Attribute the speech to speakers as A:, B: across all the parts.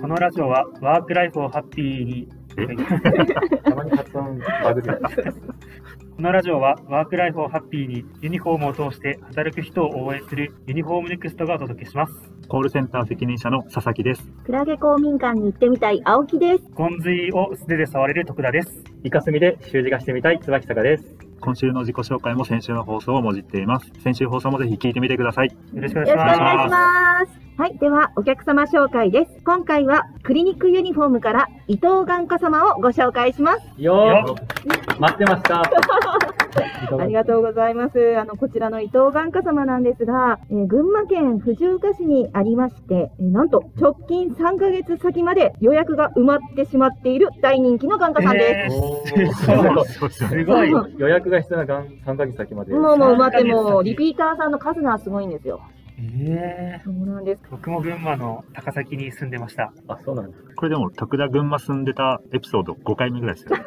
A: このラジオはワークライフをハッピーに。
B: たまに発音バグる。
A: このラジオはワークライフをハッピーにユニフォームを通して働く人を応援するユニフォームネクストがお届けします。
C: コールセンター責任者の佐々木です。
D: クラゲ公民館に行ってみたい青木です。
A: ゴンズイを素手で触れる徳田です。
B: イカスミで習字がしてみたい椿坂です。
C: 今週の自己紹介も先週の放送をもじっています。先週放送もぜひ聞いてみてください。
A: よろしくお願
D: よろし
A: い
D: く
A: し
D: お
A: ます。
D: 願いします。はい、ではお客様紹介です。今回はクリニックユニフォームから伊藤眼科様をご紹介します。
B: よー待ってました。
D: ありがとうございます。あの、こちらの伊藤眼科様なんですが、えー群馬県藤岡市にありまして、えーなんと直近3ヶ月先まで予約が埋まってしまっている大人気の眼科さんです。
A: えー
B: おー
C: そうですよ
A: す
C: ね。
A: ごい。
B: 予約が必要ながん3ヶ月先まで。
D: もうもう埋まって
A: 3ヶ月
D: もう
A: 先
D: リピーターさんの数がすごいんですよ。
A: えー
D: そうなんです。
A: 僕も群馬の高崎に住んでました。
B: あ、そうなんだ。
C: これでも、徳田群馬住んでたエピソード5回目ぐらいですよね。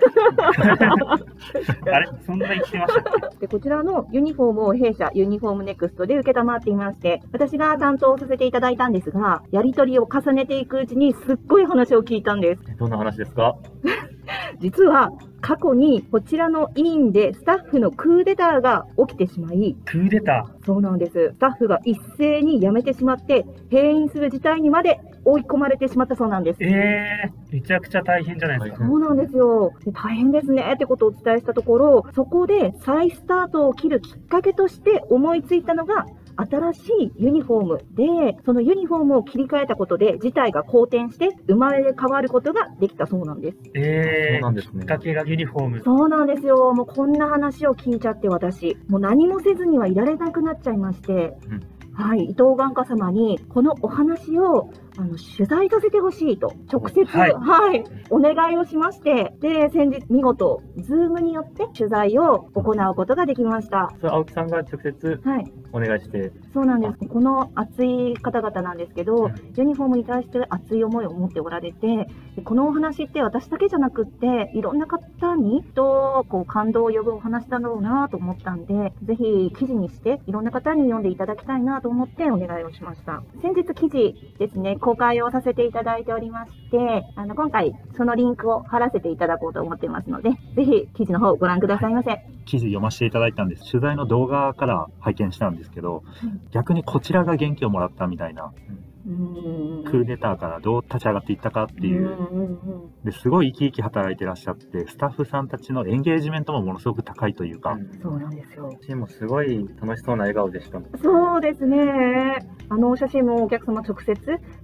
A: あれそんな言ってましたっ
D: でこちらのユニフォームを弊社ユニフォームネクストで承っていまして、私が担当させていただいたんですが、やり取りを重ねていくうちにすっごい話を聞いたんです。
B: どんな話ですか
D: 実は過去にこちらの委員でスタッフのクーデターが起きてしまい、
A: けクーデタ
D: そうなんです。スタッフが一斉に辞めてしまって、閉院する事態にまで追い込まれてしまったそうなんです
A: ー。。えー、めちゃくちゃ大変じゃないですか。
D: そうなんですよ。で大変ですねってことをお伝えしたところ、そこで再スタートを切るきっかけとして思いついたのが、新しいユニフォームで、そのユニフォームを切り替えたことで、事態が好転して、生まれ変わることができたそうなんです。
B: そう
A: え
B: な
A: ー、
B: んですね
A: きっ。かけがユニフォーム。
D: そうなんですよ。もうこんな話を聞いちゃって私、もう何もせずにはいられなくなっちゃいまして、
B: うん
D: はい、伊藤眼科様にこのお話をあの取材させてほしいと直接、
A: は
D: はいい、お願いをしまして、で、先日見事、ズームによって取材を行うことができました。
B: それ青木さんが直接
D: はい、
B: お願いして、
D: そうなんです。この熱い方々なんですけ
B: う
D: ど
B: ん、
D: ユニフォームに対して熱い思いを持っておられて、でこのお話って私だけじゃなくって、いろんな方にきっとこう感動を呼ぶお話だろうなと思ったんで、ぜひ記事にして、いろんな方に読んでいただきたいなと思ってお願いをしました。先日記事ですね、公開をさせていただいておりまして、あの今回そのリンクを貼らせていただこうと思ってますので、ぜひ記事の方をご覧くださいませ。
C: 記事読ませていただいたんです。取材の動画から拝見したんですけど、逆にこちらが元気をもらったみたいな、
D: うーん
C: クーデターからどう立ち上がっていったかっていうう。
D: んうんうん
C: ですごい生き生き働いてらっしゃって、スタッフさんたちのエンゲージメントもものすごく高いというか、
D: そうなんですよ。
B: チームもすごい楽しそうな笑顔でしたもん。
D: そうですね。あのお写真もお客様直接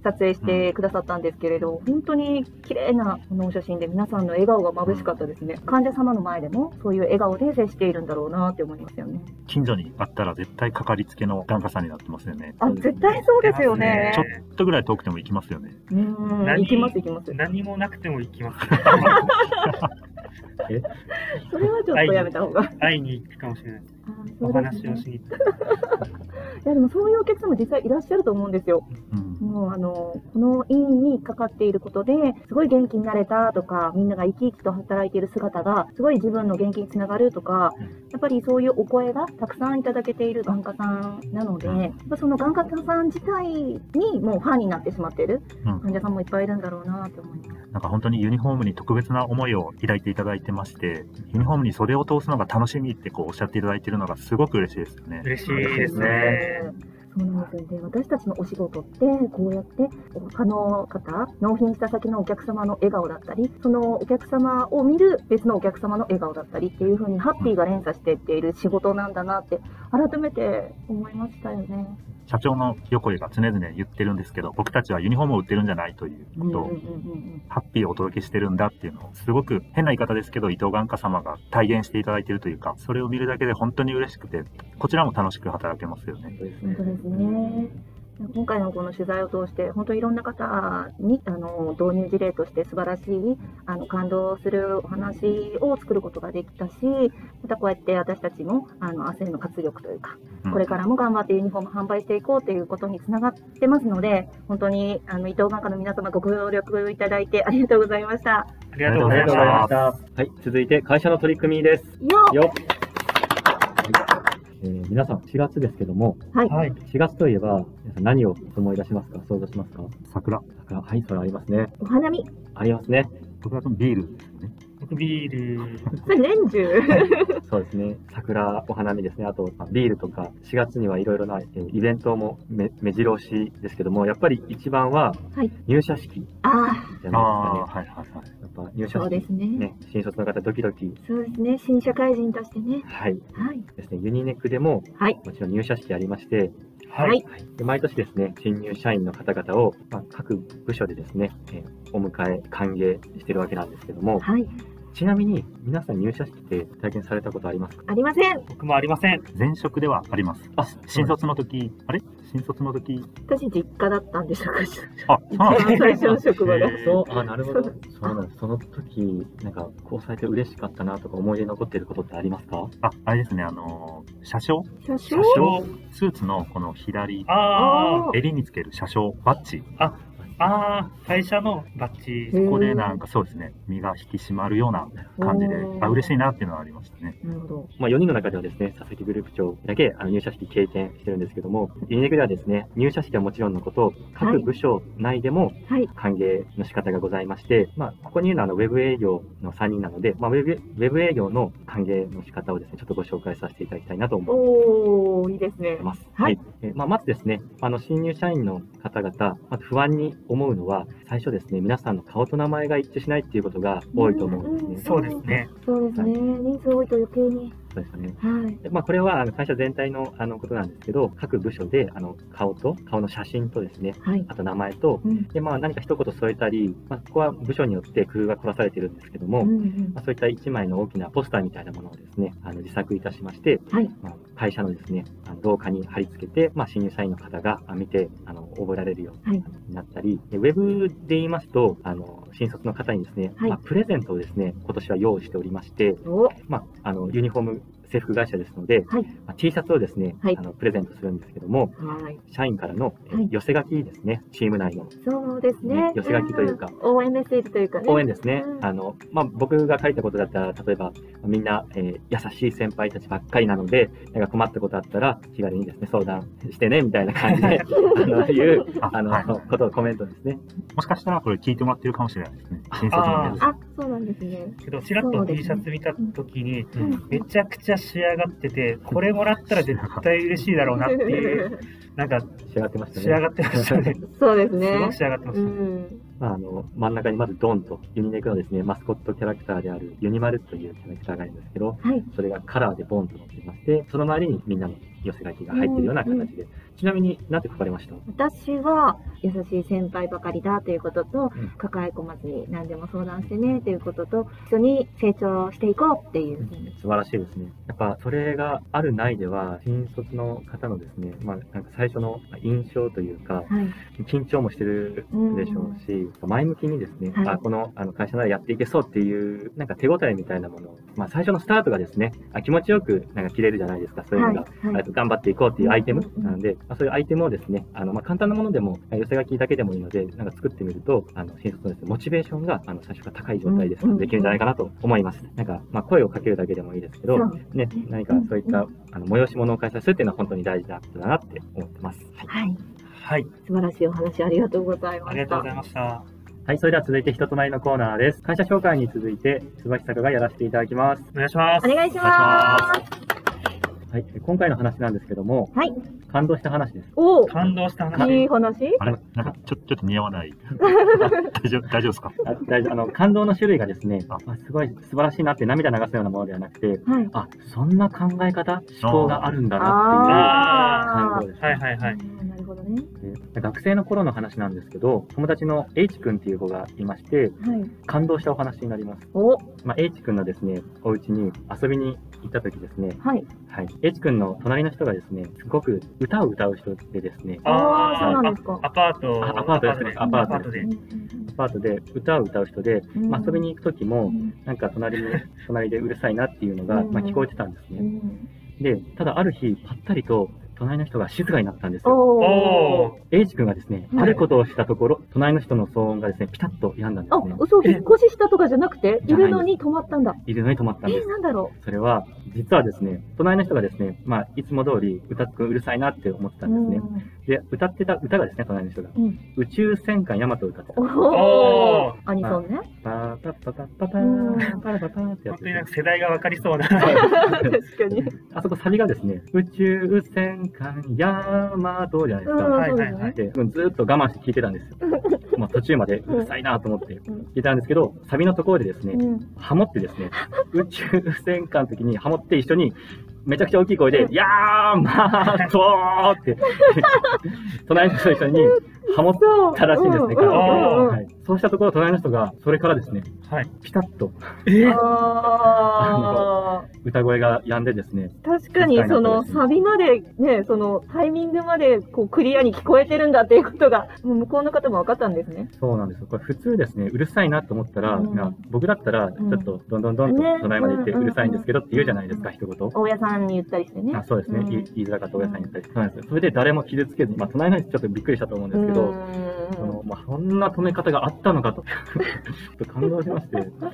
D: 撮影してくださったんですけれど、本当に綺麗なこのお写真で皆さんの笑顔が眩しかったですね。患者様の前でもそういう笑顔で接しているんだろうなって思いますよね。
C: 近所にあったら絶対かかりつけの眼科さんになってますよね。
D: あ、絶対そうですよね
C: ち。ょっとぐらい遠くても行きますよね。
D: うん、
A: 何
D: 行きます行きます。
A: 何もなくても行きます。
D: それはちょっとやめた方が。
A: 会いに行くかもしれない。
D: あ
A: お
D: そうです
A: 話
D: ね
A: をしに行く。
D: いやでもそういうお客様実際いらっしゃると思うんですよ。
C: うん。
D: もうあのこの委員にかかっていることですごい元気になれたとかみんなが生き生きと働いている姿がすごい自分の元気につながるとか
B: うん
D: やっぱりそういうお声がたくさんいただけている眼科さんなので
C: うん
D: やっぱその眼科さん自体にもうファンになってしまっている
C: うん
D: 患者さんもいっぱいいるんだろうなと思います。
C: なんか本当にユニフォームに特別な思いを抱いていただいてまして、ユニフォームに袖を通すのが楽しみってこうおっしゃっていただいてるのがすごく嬉しいですよね。
A: 嬉しいですね。
D: そうなんですよで私たちのお仕事ってこうやって他の方納品した先のお客様の笑顔だったりそのお客様を見る別のお客様の笑顔だったりっていう風にハッピーが連鎖していっている仕事なんだなって改めて思いましたよね。
C: 社長の横井が常々言ってるんですけど、僕たちはユニフォームを売ってるんじゃないという
D: うん
C: こと
D: うんうん
C: を、ハッピーをお届けしてるんだっていうのを、すごく変な言い方ですけど、伊藤眼科様が体現していただいてるというか、それを見るだけで本当に嬉しくて、こちらも楽しく働けますよね。
B: 当です
D: うん本当ですね。今回のこの取材を通して、本当にいろんな方にあの導入事例として素晴らしいあの感動するお話を作ることができたし、またこうやって私たちもあの明日への活力というか、
C: うん
D: これからも頑張ってユニフォーム販売していこうということにつながってますので、本当にあの伊藤眼科の皆様ご協力いただいてありがとうございました。
A: ありがとうご
B: あ
A: ざ
B: り
A: い
B: が
A: まし
B: とうござい
A: た
B: まし。た。はい、続いて会社の取り組みです。
D: よっ
B: よっえー皆さん、4月ですけども、
A: はい。
B: 4月といえば、皆さん何を思い出しますか想像しますか
C: 桜、
B: 桜、はい、それありますね。
D: お花見、
B: ありますね。
C: 僕はそのビールですね。
A: 僕ビール、
D: それ年中。
B: そうですね。桜、お花見ですね。あと、まあビールとか、4月にはいろいろな、えーイベントもめ目白押しですけども、やっぱり一番は
D: はい、
B: 入社式
D: あ
B: じ
C: ああ、
B: ゃないですかね。
C: はいはいはい。
B: やっぱ入
D: あ、
B: 社
D: そうで
B: 式、
D: すね。
B: ね、新卒の方ドキドキ、
D: そうですね。新社会人としてね。
B: はい、
D: はい。
B: ですね、ユニネックでも、
D: はい
B: もちろん入社式ありまして、
A: はい。
D: はい
B: で毎年ですね、新入社員の方々を、まあ、各部署でですね、えーお迎え、歓迎してるわけなんですけども、
D: はい。
B: ちなみに皆さん入社式って体験されたことありますか
D: ありません。
A: 僕もありません。
C: 前職ではあります。
B: あ、
C: 新卒の時、あれ新卒の時、
D: 私、実家だったんでしょうか。
C: あ、そうなんで
D: 一
C: す
D: 番最初の職場が
C: へ。ー
B: そう、あ、なるほど。
D: そ
B: そううなんです。その時、なんか、こうされて嬉しかったなとか思い出に残ってることってありますか
C: あ、あれですね、あのー、車掌
D: 車
A: 車
D: 掌
A: 掌。
C: スーツのこの左、
A: あ
D: あー
C: 襟につける車掌、バッジ。
A: あ、ああ、会社のバッジ。
C: ここでなんかそうですね、身が引き締まるような感じで
D: お、ー
C: あ、嬉しいなっていうのはありましたね。
D: なるほど。
B: まあ、4人の中ではですね、佐々木グループ長だけあの入社式経験してるんですけども、ユニネクではですね、入社式はもちろんのこ
D: は
B: と、
D: い
B: 各部署内でも
D: はい。
B: 歓迎の仕方がございまして、まあ、ここに言うのはあのウェブ営業の3人なので、まあ、ウェブウェブ営業の歓迎の仕方をですね、ちょっとご紹介させていただきたいなと思います。
D: おー、いいですね
B: って。ます。
D: はい
B: えーまあ、まずですね、あの新入社員の方々、まず不安に思うのは、最初ですね、皆さんの顔と名前が一致しないっていうことが多いと思うんですね。
D: うん
A: そうですね。
D: そうですね。人数多いと余計に。
B: そうですよね。
D: はい。
B: でまあ、これはあの会社全体のあのことなんですけど、各部署であの顔と、顔の写真とですね、
D: はい。
B: あと名前と、
D: うん。
B: でまあ、何か一言添えたり、まあ、ここは部署によって工夫が凝らされているんですけど
D: う
B: も、
D: んうん
B: まあ、そういった一枚の大きなポスターみたいなものをですね、あの自作いたしまして、
D: はい
B: まあ、会社のですね、あの廊下に貼り付けて、まあ、新入社員の方があ見てあの覚えられるよう
D: はい
B: になったり、でウェブで言いますと、あの新卒の方にですね、
D: はい
B: まあ、プレゼントをですね、今年は用意しておりまして、
D: お、
B: まあ、あのユニフォーム制服会社ですので、
D: はい
B: まあ、T シャツをですね、
D: はい
B: あのプレゼントするんですけども、
D: はい。
B: 社員からの、え
D: はい
B: 寄せ書きですね、チーム内の
D: そうですね
B: ね。寄せ書きというか
D: ん応援メッセージというかね。
B: 応援ですね、
D: うん
B: あのまあ、僕が書いたことだったら、例えばみんな、えー優しい先輩たちばっかりなので、なんか困ったことあったら、気軽にですね相談してねみたいな感じで、あのいう
C: あ
B: あの、
C: はい
B: ことをコメントですね。
C: もしかしたらこれ聞いてもらってるかもしれないですね。新卒
A: あ
C: の
A: ー
C: 皆さん
D: あ、そうなんですね。
A: けど、ちらっ
D: そ
A: と
D: うですね
A: T シャツ見た時に、
D: うん
A: めちゃくちゃ仕上がってて、これもらったら絶対嬉しいだろうなっていう、なんか
B: 仕上がってました
A: 仕上
B: ね。
A: がってましたね。
D: そうです
A: すご
D: ね
A: く。仕上がってま
D: う
A: し
D: ん。
B: まあ、あの真ん中にまずドンとユニネクのですねマスコットキャラクターであるユニマルというキャラクターがいるんですけど、
D: はい。
B: それがカラーでボンと乗っていまして、その周りにみんなの寄せ書きが入ってるような形で、ちなみになんて書かれました
D: 私は優しい先輩ばかりだということと、
B: うん
D: 抱え込まずに何でも相談してねということと、一緒に成長していこうっていう。
B: 素晴らしいですね。やっぱそれがあるないでは、新卒の方のですね、まあ、なんか最初の印象というか、
D: はい。
B: 緊張もしてるでしょうし、前向きにですね、
D: はい
B: あこのあの会社ならやっていけそうっていう、なんか手応えみたいなもの、まあ、最初のスタートがですね、あ気持ちよくなんか切れるじゃないですか、そういうのが。
D: はいは
B: あ
D: い
B: と頑張っていこうっていうアイテム
D: うんうん
B: なので、まあ、そういうアイテムをですね、あのまあ簡単なものでも、あ寄せ書きだけでもいいので、なんか作ってみると、あの新卒のです、ね、モチベーションがあの最初から高い状態です
D: うんうん
B: できるんじゃないかなと思います。なんか、まあ、声をかけるだけでもいいですけど、
D: そう
B: ね、何かそういったあの催し物を開催するっていうのは本当に大事なことだなって思ってます。はい、
D: はい。
A: た。はい、
D: 素晴らしいお話ありがとうございま
A: ありが
D: し
A: とうご
D: た
A: ざ。いました。
B: はい、それでは続いて人となりのコーナーです。会社紹介に続いて、椿坂がやらせていただきます。
A: お願いしま
D: お
A: す。
D: 願いします。
B: はい、今回の話なんですけども、
D: はい。
B: 感動した話です。
D: お
A: 感動した
D: お、いい
A: 話。
D: 話
C: あれなんかちょちょっと似合 わない。大丈夫大丈夫ですか
B: あ大丈夫あの感動の種類がですね
C: あ
B: あ、すごい素晴らしいなって涙流すようなものではなくて、
D: はい。
B: あそんな考え方、思考があるんだなっ
D: あ
B: ていう感動です、
A: はいはいはい。
D: ーなるほどね。
B: で学生の頃の話なんですけど、友達の H 君っていう子がいまして、
D: はい。
B: 感動したお話になります。
D: お、
B: まあ、H 君のですね、お家に遊びに行った時ですね、
D: はい。
B: はい、H 君の隣の人がですね、すごく歌を歌う人でですね、
D: あー、そうなんです
A: あ
D: か。
A: アパート。
B: あアパートですね
A: アパ
D: アパ
A: ー
B: ー
A: ト
B: ト
A: で。
B: アパートで歌を歌う人で、まあ遊びに行く時も、
D: うん
B: なんか隣に、隣でうるさいなっていうのが、まあ、聞こえてたんです
D: う
B: ね。
D: ん
B: で、ただある日、ぱったりと、隣の人が静かになったんですよ。
D: お
A: お
D: ー。
A: ー。
B: 英二君がですね、
D: はい
B: あることをしたところ、隣の人の騒音がですね、ピタッと止んだんで
D: あ
B: すね、。
D: 嘘、引っ越ししたとかじゃなくて、い
B: じゃない
D: る
B: んです
D: のに止まったんだ。
B: いるのに止まったんで
D: え、
B: す。
D: なんだろ
B: それは、実はですね、隣の人がですね、まあ、いつも通り歌っくんうるさいなって思ってたんですね。で、歌ってた歌がですね、隣の人が、
D: うん
B: 宇宙戦艦ヤマトを歌ってた
D: お。
A: お
D: おアニソンね。
B: パーパッパパッパパ
D: うん
B: ー、パラパパーってや
A: 本当に
B: つです
A: な
B: ね
A: んか世代が分かりそうな。
D: 確かに。
B: あそこサビがですね、宇宙戦艦ヤマトじゃないですか。
D: うん
A: はいはいはい。
B: でずーっと我慢して聞いてたんですよ。 まあ途中までうるさいなと思って
D: ん
B: 聞いたんですけど、サビのところでですね、
D: うん
B: ハモってで すね、宇宙戦艦の時にハモって一緒に、めちゃくちゃ大きい声で、やーまーとーって、 隣の人と一緒にハモったらしいんですね、
D: うんうん
A: うんうん
B: はいそうしたところ、隣の人が、それからですね、
A: はい。
B: ピタッと
A: え
D: あ ー
B: 歌声が止んでですね、
D: 確かにそのサビまでね、そのタイミングまでこうクリアに聞こえてるんだっていうことが、 もう向こうの方も分かったんですね。
B: そうなんですよ。これ普通ですね、うるさいなと思ったら、
D: うん
B: な僕だったら、ちょっとどんどんどんと
D: ね
B: 隣まで行って、
D: うんう
B: うんるさいんですけどって言うじゃないですか、一言。
D: 大家さんに言ったりしてね。
B: あそうですね、
D: うん
B: 言い言いづらかったおさんに言ったりそうなんですよそれで誰も傷つけずに、まあ、隣の人ちょっとびっくりしたと思うんですけど、そのまあ、そんな止め方があったのかと ちょっと感動しまして、ま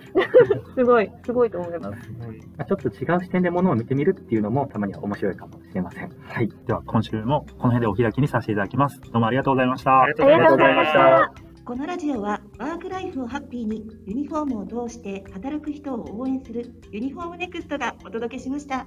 B: す
D: ごい、すごいと思います。
B: あ、ちょっと違う視点で物を見てみるっていうのもたまには面白いかもしれません。はい、
C: では今週もこの辺でお開きにさせていただきます。どうもありがとうございました。
A: ありがとうございました。
D: ありがとうございました
E: このラジオはワークライフをハッピーにユニフォームを通して働く人を応援するユニフォームネクストがお届けしました。